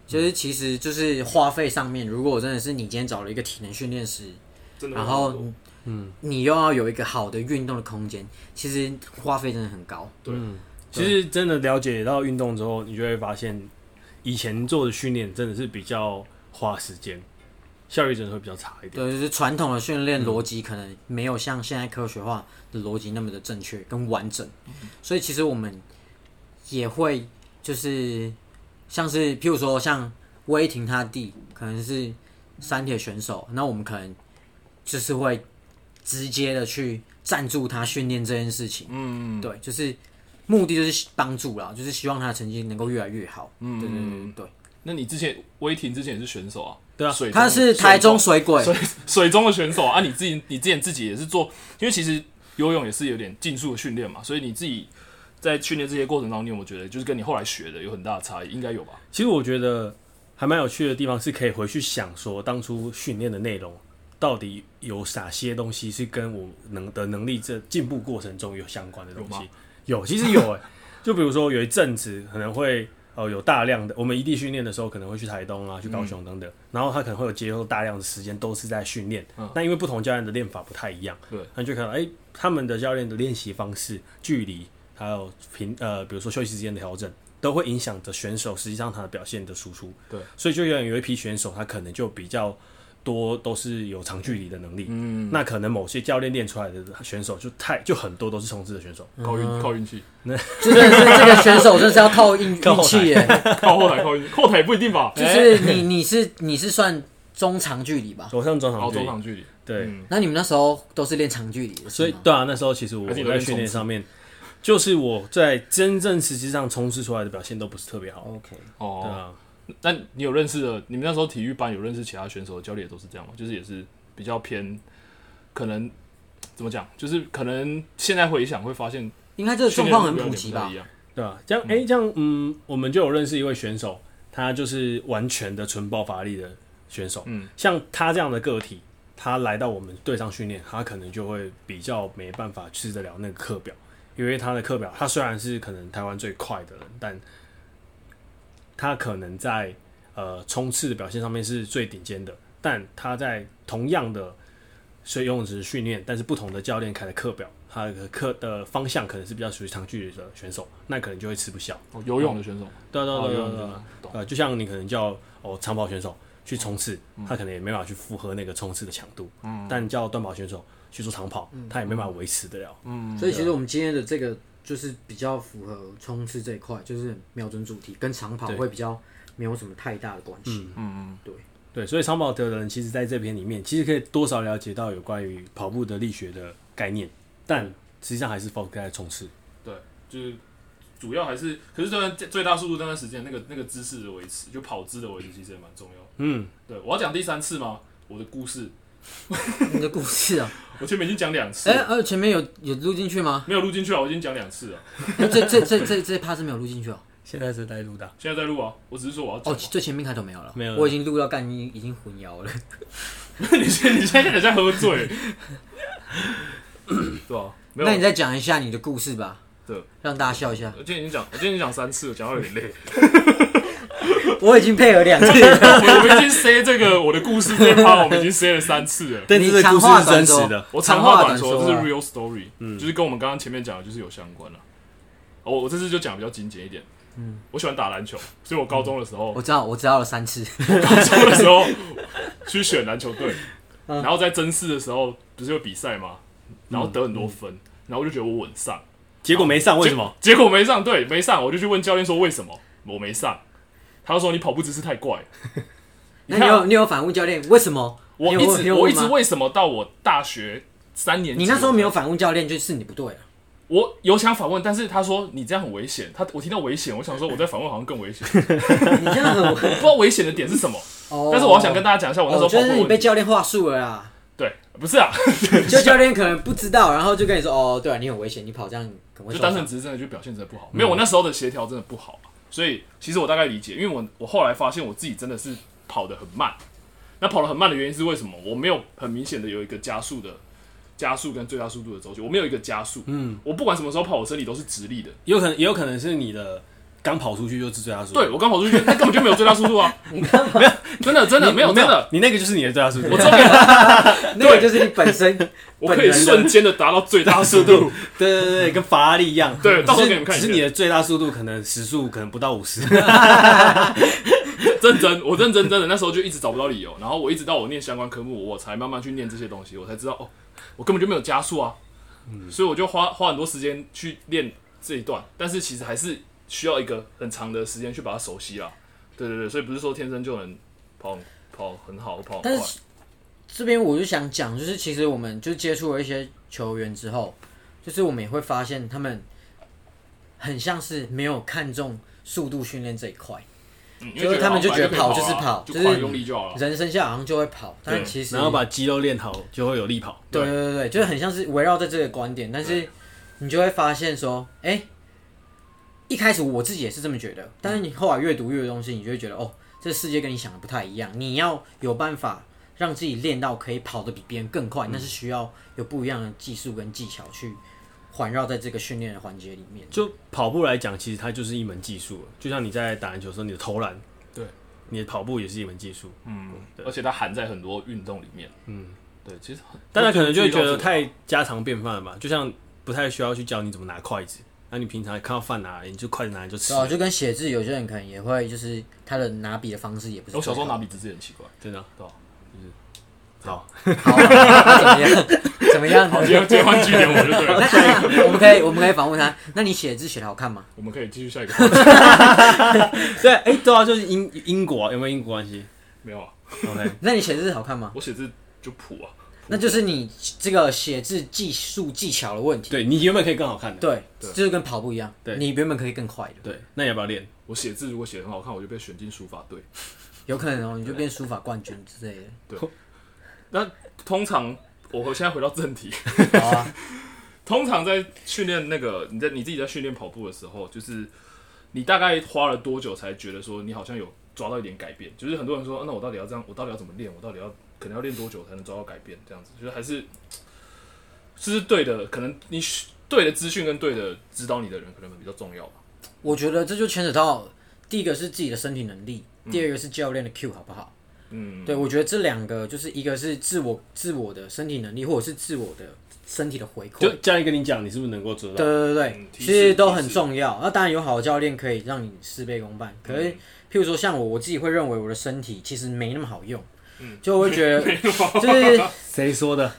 Speaker 1: 就是其实就是花费上面，如果真的是你今天找了一个体能训练师，
Speaker 3: 真的会
Speaker 1: 然
Speaker 3: 很多，
Speaker 1: 后嗯，你又要有一个好的运动的空间，其实花费真的很高。
Speaker 2: 其实真的了解到运动之后，你就会发现，以前做的训练真的是比较花时间，效率真的会比较差一点。
Speaker 1: 对，就是传统的训练逻辑可能没有像现在科学化的逻辑那么的正确跟完整，所以其实我们也会就是像是譬如说像威霆他弟可能是三铁选手，那我们可能就是会直接的去赞助他训练这件事情，
Speaker 3: 嗯，
Speaker 1: 对，就是目的就是帮助啦，就是希望他的成绩能够越来越好，
Speaker 3: 嗯
Speaker 1: 对对对对
Speaker 3: 那你之前威霆之前也是选手啊？
Speaker 2: 对啊
Speaker 3: 水
Speaker 1: 对，
Speaker 3: 中
Speaker 1: 他是台中水鬼，
Speaker 3: 水水中的选手啊，你自己你之前自己也是做，因为其实游泳也是有点竞速的训练嘛，所以你自己在训练这些过程当中，你有没有觉得就是跟你后来学的有很大的差异？应该有吧？
Speaker 2: 其实我觉得还蛮有趣的地方是可以回去想说，当初训练的内容到底有哪些东西是跟我能的能力这进步过程中有相关的东
Speaker 3: 有
Speaker 2: 西
Speaker 3: 吗？
Speaker 2: 有，其实有诶、欸就比如说有一阵子可能会呃有大量的，我们异地训练的时候可能会去台东啊、去高雄等等，然后他可能会有接受大量的时间都是在训练。那、因为不同教练的练法不太一样，
Speaker 3: 对，
Speaker 2: 那你就看到哎、他们的教练的练习方式、距离，还有平呃，比如说休息时间的调整，都会影响着选手实际上他的表现的输出。
Speaker 3: 对，
Speaker 2: 所以就有有一批选手他可能就比较多都是有长距离的能力。
Speaker 3: 嗯，
Speaker 2: 那可能某些教练练出来的选手就太就很多都是冲刺的选手，
Speaker 1: 嗯
Speaker 3: 靠运靠运气，
Speaker 1: 这真的是这个选手真是要靠运
Speaker 2: 靠
Speaker 1: 运
Speaker 2: 后台
Speaker 1: 气耶，
Speaker 3: 靠后台靠运气， (laughs) 后台也不一定吧？哎
Speaker 2: 哎
Speaker 1: 就是你你是你是算中长距离吧？
Speaker 2: 走上中
Speaker 3: 哦，
Speaker 2: 长距
Speaker 3: 中
Speaker 2: 离。
Speaker 3: 场距离，
Speaker 2: 对，
Speaker 3: 嗯
Speaker 1: 那你们那时候都是练长距离的，是
Speaker 2: 所以
Speaker 1: 吗
Speaker 2: 对啊，那时候其实我
Speaker 3: 而且
Speaker 2: 我
Speaker 3: 都在
Speaker 2: 在训练上面，就是我在真正实际上冲刺出来的表现都不是特别好。
Speaker 1: OK，
Speaker 2: 对
Speaker 3: 哦，
Speaker 2: 啊，
Speaker 3: 那你有认识的？你们那时候体育班有认识其他选手的教练也都是这样吗？就是也是比较偏，可能怎么讲？就是可能现在回想会发现，
Speaker 1: 应该这个状况很普及吧
Speaker 3: 一？样，
Speaker 2: 对啊，这样哎、这样嗯，我们就有认识一位选手，他就是完全的纯爆发力的选手。
Speaker 3: 嗯，
Speaker 2: 像他这样的个体，他来到我们队上训练，他可能就会比较没办法吃得了那个课表，因为他的课表，他虽然是可能台湾最快的人，但他可能在呃冲刺的表现上面是最顶尖的，但他在同样的水泳池训练，但是不同的教练开的课表，他的课的方向可能是比较属于长距离的选手，那可能就会吃不消。
Speaker 3: 哦游泳的选手，
Speaker 2: 对啊对啊
Speaker 3: 哦游
Speaker 2: 对啊
Speaker 3: 泳的
Speaker 2: 对啊
Speaker 3: 选手，懂
Speaker 2: 呃，就像你可能叫哦长跑选手去冲刺，他可能也没办法去负荷那个冲刺的强度，嗯，但叫短跑选手去做长跑，他也没办法维持得了，
Speaker 1: 嗯所以其
Speaker 2: 啊
Speaker 1: 实我们今天的这个就是比较符合冲刺这一块，就是瞄准主题，跟长跑
Speaker 2: 对
Speaker 1: 会比较没有什么太大的关系。
Speaker 3: 嗯
Speaker 2: 对，所以长跑的人其实在这篇里面，其实可以多少了解到有关于跑步的力学的概念，但实际上还是 focus 在冲刺，
Speaker 3: 嗯，对，就是主要还是，可是这段最大速度那段时间，那个那个姿势的维持，就跑姿的维持，其实也蛮重要的。
Speaker 2: 嗯，
Speaker 3: 对，我要讲第三次吗？我的故事，
Speaker 2: 嗯
Speaker 1: (laughs) 你的故事啊，
Speaker 3: 我前面已经讲两次
Speaker 1: 哎、
Speaker 3: 了，
Speaker 1: 呃，前面有有录进去吗？
Speaker 3: 没有录进去啊，我已经讲两次了，
Speaker 1: 哎这这这这这趴是没有录进去哦。
Speaker 2: 现在是在录的，
Speaker 3: 现在在录啊，我只是说我要讲
Speaker 1: 哦，
Speaker 3: 嘛。
Speaker 1: 最前面开头没有了，
Speaker 2: 没有了
Speaker 1: 我已经录到干已经已经混淆了。
Speaker 3: (laughs) 你现你现在很像喝醉， (coughs) 对啊，没
Speaker 1: 那你
Speaker 3: 有，
Speaker 1: 再讲一下你的故事吧，
Speaker 3: 对，
Speaker 1: 让大家笑一下。
Speaker 3: 我今天已经讲，我今天已经讲三次，了，讲到有
Speaker 1: (laughs)
Speaker 3: 点累，
Speaker 1: 我已经配合两次了， (laughs)
Speaker 3: 我我们已经塞这个我的故事这一趴，我们已经塞了三次了。
Speaker 2: 但是这个
Speaker 1: 长
Speaker 2: 故
Speaker 1: 话
Speaker 2: 事是
Speaker 1: 短
Speaker 2: 真
Speaker 1: 说
Speaker 2: 实的，
Speaker 3: 我长话短
Speaker 1: 长
Speaker 3: 说，
Speaker 1: 话
Speaker 3: 这是
Speaker 1: 短嗯
Speaker 3: real story，就是跟我们刚刚前面讲的，就是有相关了。哦我我这次就讲比较精简一点，
Speaker 1: 嗯
Speaker 3: 我喜欢打篮球，所以我高中的时候
Speaker 1: 我知道，我知道了三次。
Speaker 3: (laughs) 高中的时候去选篮球队，
Speaker 1: 嗯
Speaker 3: 然后在真四的时候不是有比赛吗？然后得很
Speaker 1: 嗯
Speaker 3: 多分，然后我就觉得我稳上，
Speaker 2: 结果没上，为什么？
Speaker 3: 结果没上，对，没上，我就去问教练说为什么我没上，他就说你跑步姿势太怪。
Speaker 1: (laughs) 那
Speaker 3: 看啊
Speaker 1: 你有你有反问教练为什么？
Speaker 3: 我
Speaker 1: 你有
Speaker 3: 一
Speaker 1: 问你
Speaker 3: 直
Speaker 1: 有
Speaker 3: 我
Speaker 1: 问
Speaker 3: 一直
Speaker 1: 吗
Speaker 3: 为什么到我大学三年级，
Speaker 1: 你那时候没有反问教练，就是你不对啊了。
Speaker 3: 我有想反问，但是他说你这样很危险。他我听到危险，我想说我在反问好像更
Speaker 1: (laughs)
Speaker 3: 危险，我
Speaker 1: 你这样很
Speaker 3: 不知道危险的点是什么。
Speaker 1: 哦。
Speaker 3: (laughs) 但是我想跟大家讲一下，我那时
Speaker 1: 哦，
Speaker 3: 候
Speaker 1: 就
Speaker 3: 跑步
Speaker 1: 是
Speaker 3: 的
Speaker 1: 你
Speaker 3: 问
Speaker 1: 被
Speaker 3: 题。
Speaker 1: 教练话术了啦。
Speaker 3: 对，不是啊，
Speaker 1: 就教练可能不知道，然后就跟你说：“哦，对啊，你很危险，你跑这样可能会
Speaker 3: 就
Speaker 1: 受
Speaker 3: 单
Speaker 1: 伤
Speaker 3: 纯只是真的就表现真的不好。没有，我那时候的协调真的不好，所以其实我大概理解，因为我我后来发现我自己真的是跑得很慢。那跑得很慢的原因是为什么？我没有很明显的有一个加速的加速跟最大速度的周期，我没有一个加速。嗯，我不管什么时候跑，我身体都是直立的。
Speaker 2: 有可能也有可能是你的刚跑出去就是最大速度，
Speaker 3: 对我刚跑出去，那根本就没有最大速度啊！ (laughs) 你真的真的
Speaker 2: 你，
Speaker 3: 没有真的，
Speaker 2: 你那个就是你的最大速
Speaker 3: (laughs)
Speaker 2: 度，
Speaker 3: 我真的没有
Speaker 1: 那个就是你本身
Speaker 3: (laughs) 我可以瞬间的达到最大速度。
Speaker 2: (laughs) 对对对，跟法拉利一样。
Speaker 3: 对
Speaker 2: 只是
Speaker 3: 到时候给你们看一下
Speaker 2: 只是你的最大速度可能时速可能不到
Speaker 1: (laughs)
Speaker 2: 五十。
Speaker 3: 认真，我认真真的，那时候就一直找不到理由。然后我一直到我念相关科目，我才慢慢去念这些东西，我才知道哦，我根本就没有加速啊。所以我就花花很多时间去练这一段，但是其实还是需要一个很长的时间去把它熟悉啦。对对对，所以不是说天生就能跑很跑很好，跑很
Speaker 1: 但
Speaker 3: 快。
Speaker 1: 是这边我就想讲，就是其实我们就接触了一些球员之后，就是我们也会发现他们很像是没有看重速度训练这一块，
Speaker 3: 嗯
Speaker 1: 就是他们就觉得跑就是跑
Speaker 3: 啊就
Speaker 1: 就是
Speaker 3: 快用力就好了。
Speaker 1: 人生下好像就会跑，但其实
Speaker 2: 然后把肌肉练好，就会有力跑。
Speaker 1: 对对对对，就是很像是围绕在这个观点，但是你就会发现说，哎、一开始我自己也是这么觉得，但是你后来越读越多东西，你就会觉得哦，这世界跟你想的不太一样，你要有办法让自己练到可以跑得比别人更快，那是需要有不一样的技术跟技巧去环绕在这个训练的环节里面。
Speaker 2: 就跑步来讲，其实它就是一门技术了。就像你在打篮球的时候，你的投篮，
Speaker 3: 对，
Speaker 2: 你的跑步也是一门技术。
Speaker 3: 嗯，而且它含在很多运动里面。嗯，对，其实很
Speaker 2: 大家可能就会觉得太家常便饭了吧，就像不太需要去教你怎么拿筷子。那你平常看到饭拿来，你就筷子拿来就吃
Speaker 1: 对。啊，就跟写字，有些人可能也会，就是他的拿笔的方式也不是
Speaker 3: 我小时
Speaker 1: 最
Speaker 3: 候
Speaker 1: 好
Speaker 2: 啊
Speaker 3: 拿笔直是很奇怪，
Speaker 2: 真的，
Speaker 3: 对吧？
Speaker 2: 好，
Speaker 1: 好啊，那怎么样？怎
Speaker 3: 好，
Speaker 1: 么
Speaker 3: 今天
Speaker 1: 样呢？
Speaker 3: 交换据点我就对了。
Speaker 1: 那那我们可以我们可以访问他，那你写字写的好看吗？
Speaker 3: 我们可以继续下一个话题。
Speaker 2: (laughs) 对，哎、对啊，就是因因果、啊、有没有因果关系
Speaker 3: 没有啊，
Speaker 2: ？OK，
Speaker 1: 那你写字好看吗？
Speaker 3: 我写字就谱啊。
Speaker 1: 那就是你这个写字技术技巧的问题。
Speaker 2: 对你原本可以更好看的，
Speaker 1: 对，
Speaker 3: 对
Speaker 1: 就是跟跑步一样，
Speaker 2: 对
Speaker 1: 你原本可以更快的，
Speaker 2: 对，那你要不要练？
Speaker 3: 我写字如果写得很好看，我就被选进书法队。
Speaker 1: 有可能哦，你就变书法冠军之类的。
Speaker 2: (laughs)
Speaker 3: 那通常我现在回到正题， (laughs)
Speaker 1: 好啊，
Speaker 3: 通常在训练那个你在你自己在训练跑步的时候，就是你大概花了多久才觉得说你好像有抓到一点改变？就是很多人说，啊那我到底要这样，我到底要怎么练？我到底要可能要练多久才能抓到改变？这样子就是还是就是对的，可能你对的资讯跟对的指导你的人可能比较重要吧。
Speaker 1: 我觉得这就牵扯到第一个是自己的身体能力，
Speaker 2: 嗯
Speaker 1: 第二个是教练的 Q 好不好？
Speaker 3: 嗯，
Speaker 1: 对，我觉得这两个就是一个是自我自我的身体能力，或者是自我的身体的回馈
Speaker 2: 就。教练跟你讲，你是不是能够做
Speaker 1: 对
Speaker 2: 到？
Speaker 1: 对对
Speaker 3: 嗯
Speaker 1: 对，其
Speaker 3: 提示
Speaker 1: 实都很
Speaker 3: 提示
Speaker 1: 重要。那当然有好的教练可以让你事倍功半，可
Speaker 3: 嗯
Speaker 1: 是譬如说像我，我自己会认为我的身体其实没那么好用，
Speaker 3: 嗯
Speaker 1: 就会觉
Speaker 3: (laughs)
Speaker 1: 得就是
Speaker 2: 谁说的？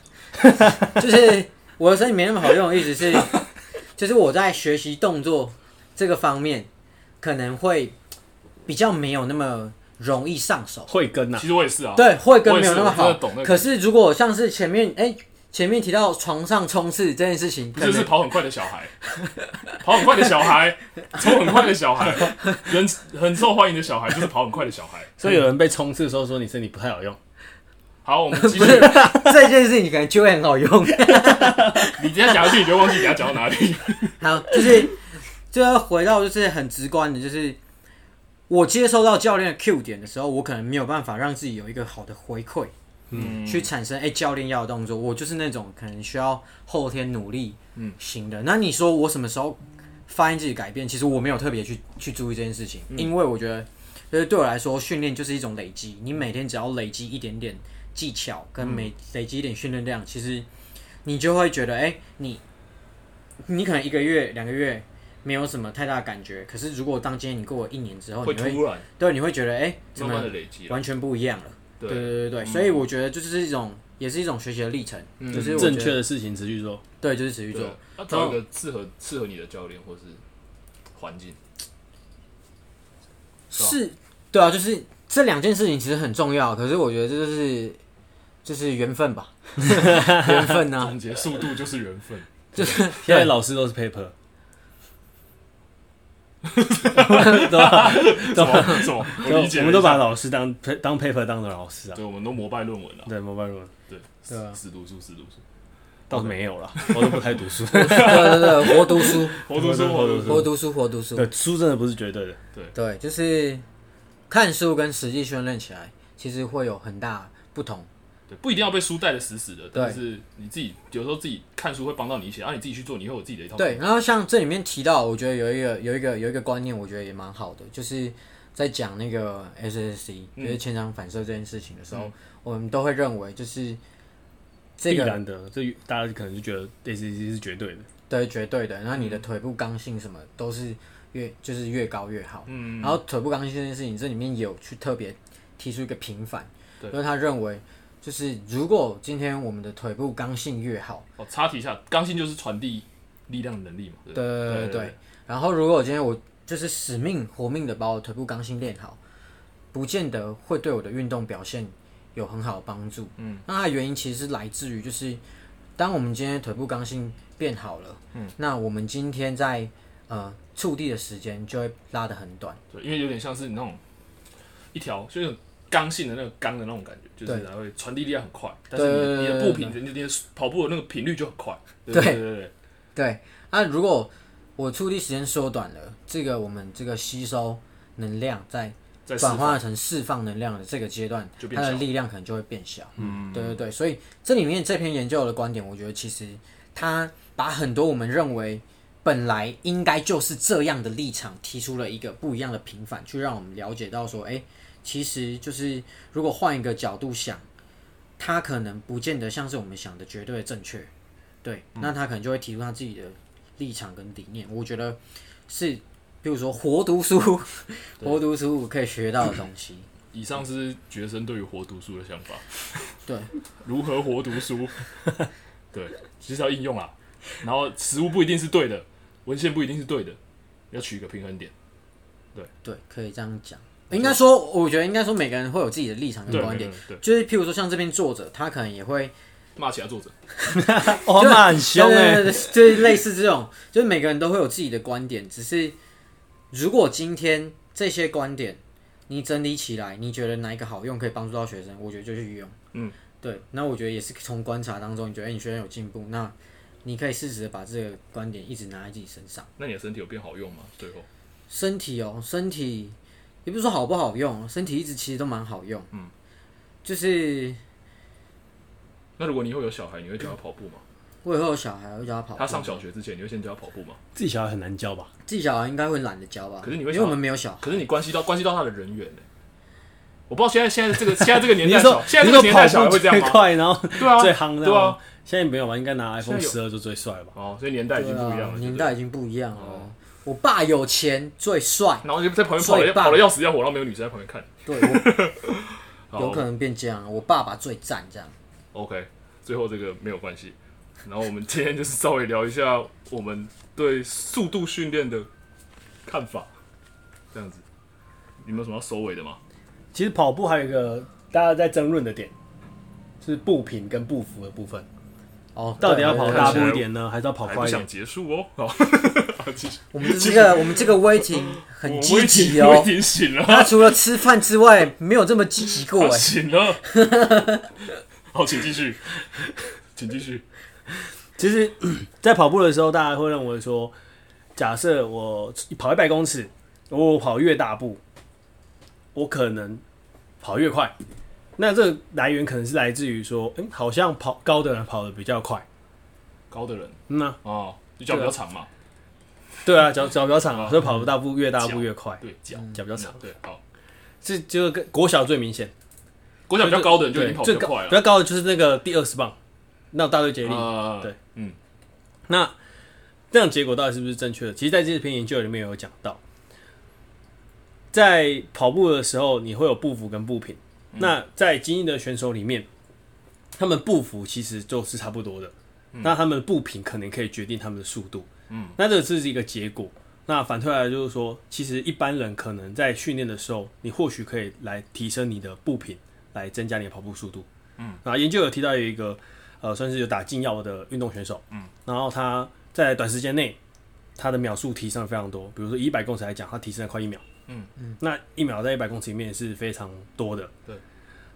Speaker 1: 就是我的身体没那么好用，的意思是，就是我在学习动作这个方面，可能会比较没有那么容易上手。
Speaker 2: 慧根 (laughs) 呐、
Speaker 3: 其实我也是啊，
Speaker 1: 对，会跟没有那么
Speaker 3: 我也
Speaker 1: 好
Speaker 3: 是我真的懂那。个
Speaker 1: 可是如果像是前面，哎、前面提到床上冲刺这件事情，可
Speaker 3: 这就是
Speaker 1: 能
Speaker 3: 跑很快的小孩， (laughs) 跑很快的小孩，冲很快的小孩，人很受欢迎的小孩，就是跑很快的小孩。
Speaker 2: 所以有人被冲刺的时候说你身体不太好用，
Speaker 3: 好，我们 (laughs) 继续
Speaker 1: 不。是这件事情，可能就会很好用。
Speaker 3: 你今天讲下去，你就忘记你要讲到哪里。
Speaker 1: 好，就是就要回到就是很直观的，就是我接收到教练的 Q 点的时候，我可能没有办法让自己有一个好的回馈。
Speaker 3: 嗯，
Speaker 1: 去产生哎、诶教练要的动作，我就是那种可能需要后天努力
Speaker 3: 嗯
Speaker 1: 型的。那你说我什么时候发现自己改变？其实我没有特别去去注意这件事情，
Speaker 3: 嗯
Speaker 1: 因为我觉得就是对我来说，训练就是一种累积。你每天只要累积一点点技巧，
Speaker 3: 嗯
Speaker 1: 跟每、累积一点训练量，其实你就会觉得哎、诶你你可能一个月两个月没有什么太大的感觉，可是如果当今天你过了一年之后，
Speaker 3: 会
Speaker 1: 你会
Speaker 3: 突然
Speaker 1: 对你会觉得哎、诶怎
Speaker 3: 慢
Speaker 1: 么
Speaker 3: 慢的累积了。
Speaker 1: 完全不一样了。对
Speaker 3: 对，
Speaker 1: 对对对，所以我觉得就是一种，也是一种学习的历程，
Speaker 3: 嗯
Speaker 1: 就是我觉得
Speaker 2: 正确的事情持续做。
Speaker 1: 对，就是持续做
Speaker 3: 对。，要找一个适合适合你的教练或是环境。是吧
Speaker 1: 是，对啊，就是这两件事情其实很重要，可是我觉得这就是就是缘分吧，缘分啊，
Speaker 3: 总结速度 (laughs) 就是缘分。 (laughs)
Speaker 1: 就是
Speaker 2: 现在老师都是 paper，对吧？
Speaker 3: 什么什么？
Speaker 2: 就
Speaker 3: 我理解了一下。
Speaker 2: 我们都把老师当当 paper 当的老师啊。
Speaker 3: 对，我们都膜拜论文了。
Speaker 2: 对，mobile room
Speaker 3: 对，
Speaker 1: 对啊
Speaker 3: 死读书，死读书。
Speaker 2: 倒是没有了，我都不太读 (laughs) 书。
Speaker 1: 对对对，活读书，
Speaker 3: 活读书，活
Speaker 2: 活读
Speaker 3: 读
Speaker 2: 书
Speaker 3: 书。
Speaker 1: 活读书，活读书
Speaker 2: 对，，书真的不是绝对的。
Speaker 1: 对，就是看书跟实际训练起来，其实会有很大不同。
Speaker 3: 对，不一定要被书带的死死的，
Speaker 1: 对
Speaker 3: 但是你自己有时候自己看书会帮到你一些，啊，你自己去做，你会有自己的一套。
Speaker 1: 对，，然后像这里面提到，我觉得有一个有一个有一个观念，我觉得也蛮好的，就是在讲那个 SSC，、就是前场反射这件事情的时候，我们都会认为就是这
Speaker 2: 必
Speaker 1: 个
Speaker 2: 然的，这大家可能就觉得 A C C 是绝对的。
Speaker 1: 对绝对的，然后你的腿部刚性什么都是越就是越高越好。
Speaker 3: 嗯，
Speaker 1: 然后腿部刚性这件事情，这里面有去特别提出一个平反，
Speaker 3: 对
Speaker 1: 因为他认为就是如果今天我们的腿部刚性越好，
Speaker 3: 哦，插题一下，刚性就是传递力量的能力嘛。对
Speaker 1: 对对对对。然后如果今天我就是死命活命的把我腿部刚性练好，不见得会对我的运动表现有很好的帮助。嗯，那它的原因其实是来自于就是，当我们今天腿部刚性变好了，嗯，那我们今天在呃触地的时间就会拉得很短。
Speaker 3: 对，因为有点像是你那种一条就是刚性的那个刚的那种感觉，就是它会传递力量很快，但是
Speaker 1: 对对
Speaker 3: 你你
Speaker 1: 对
Speaker 3: 的
Speaker 1: 对
Speaker 3: 步频，你的你的跑步的那个频率就很快。对
Speaker 1: 对
Speaker 3: 对对对，
Speaker 1: 对，那啊如果我触地时间缩短了，这个我们这个吸收能量在
Speaker 3: 在释
Speaker 1: 转
Speaker 3: 放
Speaker 1: 化成释放能量的这个阶段
Speaker 3: 就，变
Speaker 1: 它
Speaker 3: 小
Speaker 1: 的力量可能就会变小。嗯，对对对，所以这里面这篇研究的观点，我觉得其实它把很多我们认为本来应该就是这样的立场，提出了一个不一样的平反，去让我们了解到说，哎，其实就是如果换一个角度想，它可能不见得像是我们想的绝对的正确。对，那他可能就会提出他自己的立场跟理念。我觉得 (laughs) 是，比如说活读书，活读书可以学到的东西。
Speaker 3: 以上是学生对于活读书的想法，
Speaker 1: 对，
Speaker 3: 如何活读书？ (laughs) 对，其实要应用啊。然后实物不一定是对的，文献不一定是对的，要取一个平衡点。
Speaker 1: 对，可以这样讲。应该说，我觉得应该说每个人会有自己的立场
Speaker 3: 对
Speaker 1: 跟观
Speaker 3: 对
Speaker 1: 点
Speaker 3: 对，对，
Speaker 1: 就是譬如说像这边作者，他可能也会
Speaker 3: 骂其他作者，
Speaker 2: 哦，那很凶哎、
Speaker 3: 欸
Speaker 1: 对对对对就是类似这种，就是每个人都会有自己的观点，只是如果今天这些观点你整理起来，你觉得哪一个好用，可以帮助到学生，我觉得就去用。
Speaker 3: 嗯，
Speaker 1: 对。那我觉得也是从观察当中，你觉得你学生有进步，那你可以适时的把这个观点一直拿在自己身上。
Speaker 3: 那你的身体有变好用吗？最后，
Speaker 1: 身体哦，身体也不是说好不好用，身体一直其实都蛮好用。
Speaker 3: 嗯，
Speaker 1: 就是
Speaker 3: 那如果你以后有小孩，你会教他跑步吗？
Speaker 1: 我以后有小孩，我会教
Speaker 2: 哦
Speaker 1: 他跑步。
Speaker 3: 他上小学之前，你会先教他跑步吗？
Speaker 2: 自己小孩很难教吧？
Speaker 1: 自己小孩应该会懒得教吧？
Speaker 3: 可是你会
Speaker 1: 因为我们没有小孩。
Speaker 3: 可是你关系到关系到他的人缘呢、我不知道现在现在
Speaker 2: (laughs)
Speaker 3: 这个现在这个年
Speaker 2: 你
Speaker 3: 代
Speaker 2: 是
Speaker 3: 小，
Speaker 2: 说
Speaker 3: 现在这个年代小孩
Speaker 2: 跑步
Speaker 3: 会这样
Speaker 2: 最
Speaker 3: 吗？
Speaker 2: 快，然后
Speaker 3: 对啊，
Speaker 2: 最 (laughs) 夯的
Speaker 3: 对啊
Speaker 2: 吗，？现在没有吧？应该拿 iPhone
Speaker 3: 现
Speaker 2: 十二就最帅了吧？
Speaker 3: 哦，所以年代已经不一样
Speaker 1: 对
Speaker 3: 了，
Speaker 1: 啊
Speaker 3: 对哦
Speaker 1: 年
Speaker 3: 不对
Speaker 1: 代已经不一样了。我爸有钱，最
Speaker 3: (laughs)
Speaker 1: 帅，
Speaker 3: 然后就在旁边跑
Speaker 1: 最
Speaker 3: 了
Speaker 1: 棒
Speaker 3: 跑了要死要活，然后没有女生在旁边看。
Speaker 1: 对，我
Speaker 3: 好
Speaker 1: 有可能变这样。我爸爸最赞，这样。
Speaker 3: OK，最后这个没有关系。然后我们今天就是稍微聊一下我们对速度训练的看法，这样子。你们有什么要收尾的吗？
Speaker 2: 其实跑步还有一个大家在争论的点，是步频跟步幅的部分，
Speaker 1: 哦，
Speaker 2: 到底
Speaker 1: 对
Speaker 2: 要
Speaker 1: 对
Speaker 2: 跑
Speaker 1: 对
Speaker 2: 大步一点呢，还是要跑
Speaker 3: 还
Speaker 2: 快
Speaker 3: 不
Speaker 2: 一
Speaker 3: 想
Speaker 2: 点？
Speaker 3: 结束哦。好，继续
Speaker 1: 我们这个我们这个 waiting 很
Speaker 3: 我
Speaker 1: 积
Speaker 3: 已
Speaker 1: 极
Speaker 3: 经我
Speaker 1: 哦
Speaker 3: 已。经醒了。
Speaker 1: 他除了吃饭之外，没有这么积极过
Speaker 3: (laughs) 我
Speaker 1: 哎。
Speaker 3: 啊醒了。 (laughs) 好，请继续，请继续。
Speaker 2: 其实， (clears throat) 在跑步的时候，大家会认为说，假设我跑一百公尺，我跑越大步，我可能跑越快。那这个来源可能是来自于说，嗯，好像跑高的人跑得比较快。
Speaker 3: 高的人
Speaker 2: 嗯、啊，
Speaker 3: 哦，就脚比较长嘛，
Speaker 2: 对啊，脚脚比较长啊，
Speaker 3: 嗯
Speaker 2: 所以跑不大步越大步越快，
Speaker 3: 对，脚
Speaker 2: 嗯
Speaker 3: 嗯
Speaker 2: 脚比较长。
Speaker 3: 对，好。
Speaker 2: 这就是跟国小最明显，
Speaker 3: 国脚比较高的人就已经
Speaker 2: 对
Speaker 3: 跑得
Speaker 2: 最
Speaker 3: 比较
Speaker 2: 高
Speaker 3: 快了。
Speaker 2: 比
Speaker 3: 呃
Speaker 2: 较高的就是那个第二十棒，那大队接力。
Speaker 3: 啊，
Speaker 2: 对，
Speaker 3: 嗯，
Speaker 2: 那这样结果到底是不是正确的？其实，在这篇研究里面有讲到，在跑步的时候，你会有步幅跟步频。
Speaker 3: 嗯
Speaker 2: 那在精英的选手里面，他们步幅其实就是差不多的，那他们的步频可能可以决定他们的速度。
Speaker 3: 嗯，
Speaker 2: 那这是一个结果。那反推来就是说，其实一般人可能在训练的时候，你或许可以来提升你的步频，来增加你的跑步速度。
Speaker 3: 嗯，
Speaker 2: 啊，研究有提到有一个呃，算是有打禁药的运动选手，
Speaker 3: 嗯，
Speaker 2: 然后他在短时间内，他的秒数提升了非常多。比如说一百公尺来讲，他提升了快一秒，
Speaker 3: 嗯
Speaker 2: 嗯，那一秒在一百公尺里面是非常多的。
Speaker 3: 对，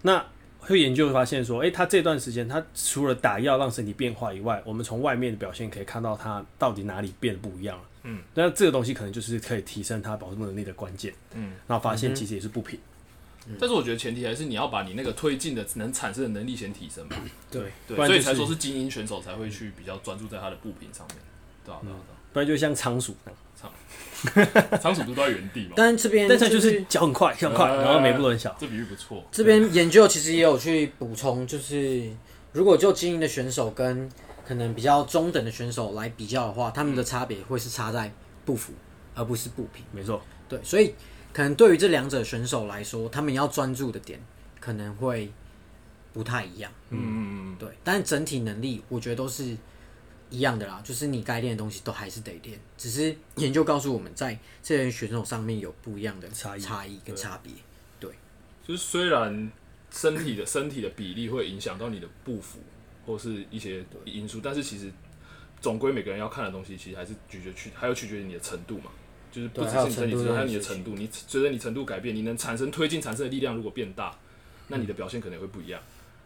Speaker 2: 那会研究发现说，诶，他这段时间他除了打药让身体变化以外，我们从外面的表现可以看到他到底哪里变得不一样了。
Speaker 3: 嗯，
Speaker 2: 那这个东西可能就是可以提升他保护能力的关键。
Speaker 3: 嗯，
Speaker 2: 然后发现其实也是不平。
Speaker 3: 但是我觉得前提还是你要把你那个推进的能产生的能力先提升
Speaker 2: (coughs)
Speaker 3: 嘛，
Speaker 2: 对，
Speaker 3: 对，
Speaker 2: 不然
Speaker 3: 所
Speaker 2: 就
Speaker 3: 以才
Speaker 2: 是
Speaker 3: 说是精英选手才会去比较专注在他的步频上面，对啊，对啊，对
Speaker 2: 不然就像仓鼠那样，
Speaker 3: 啊，仓鼠不是都在原地嘛，
Speaker 1: 但是这边
Speaker 2: 但嗯是就
Speaker 1: 就是
Speaker 2: 是脚很快，脚很快，
Speaker 3: 呃
Speaker 2: 然后每步都很小。
Speaker 3: 这比喻不错，
Speaker 1: 这边研究其实也有去补充，就是如果就精英的选手跟可能比较中等的选手来比较的话，他们的差别会是差在步幅，而不是步频。
Speaker 2: 没错，
Speaker 1: 对，所以可能对于这两者选手来说，他们要专注的点可能会不太一样。
Speaker 3: 嗯嗯嗯
Speaker 1: 对，但整体能力我觉得都是一样的啦，就是你该练的东西都还是得练，只是研究告诉我们在这些选手上面有不一样的
Speaker 2: 差异
Speaker 1: 差异跟差别。
Speaker 3: 嗯，就是虽然身体的身体的比例会影响到你的步幅或是一些因素，但是其实总归每个人要看的东西，其实还是取决取还有取决于你的程度嘛。就是不只
Speaker 1: 对
Speaker 3: 是你身体
Speaker 1: 还有程度这件
Speaker 3: 程度，还有你的
Speaker 1: 事
Speaker 3: 程
Speaker 1: 情
Speaker 3: 度。你随着你程度改变，你能产生推进产生的力量如果变大，那你的表现可能会不一样。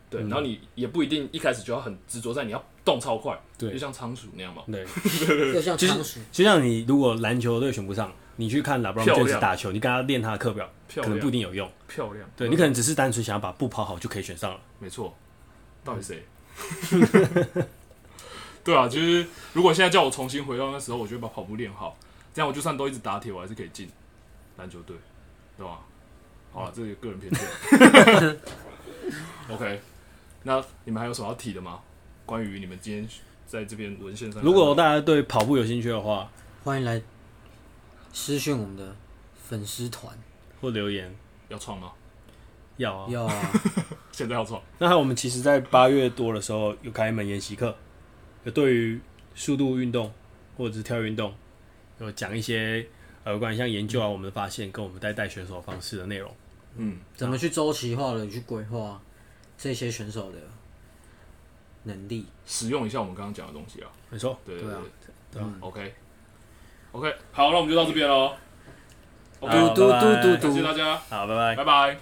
Speaker 3: 对，然后你也不一定一开始就要很执着在你要动超快，
Speaker 2: 对
Speaker 3: 就像仓鼠那样嘛。
Speaker 2: 对，
Speaker 1: 又像
Speaker 2: 其实
Speaker 1: 仓鼠，
Speaker 2: 就像你如果篮球队选不上，你去看拉布朗
Speaker 3: 漂亮
Speaker 2: 这次打球，你跟他练他的课表，
Speaker 3: 漂
Speaker 2: 可
Speaker 3: 亮嗯
Speaker 2: 能不一定有用。
Speaker 3: 漂亮，
Speaker 2: 对你可能只是单纯想要把步跑好就可以选上了。
Speaker 3: 没错，到底谁？ (laughs) 对啊，就是如果现在叫我重新回到那时候，我就会把跑步练好，这样我就算都一直打铁，我还是可以进篮球队，对吧？好了，这个个人偏见。OK，那你们还有什么要提的吗？关于你们今天在这边文献上看到，
Speaker 2: 如果大家对跑步有兴趣的话，
Speaker 1: 欢迎来私讯我们的粉丝团。
Speaker 2: 或留言，
Speaker 3: 要创吗？
Speaker 2: 要啊。
Speaker 1: 有啊，
Speaker 3: 现在要做，
Speaker 2: 那还有我们其实，在八月多的时候有开一门研习课，有对于速度运动或者是跳跃运动，有讲一些呃有关于像研究啊，我们的发现跟我们在带选手的方式的内容。
Speaker 3: 嗯，
Speaker 1: 怎么去周期化的去规划这些选手的能力？
Speaker 3: 使用一下我们刚刚讲的东西啊，
Speaker 2: 没错，
Speaker 3: 对对
Speaker 1: 对啊
Speaker 3: 对，OK OK，好，那我们就到这边喽，
Speaker 1: 嘟嘟嘟嘟
Speaker 3: 感谢
Speaker 1: 嘟，
Speaker 3: 大家，
Speaker 2: 好，拜拜。
Speaker 3: 拜拜。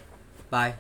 Speaker 1: 拜。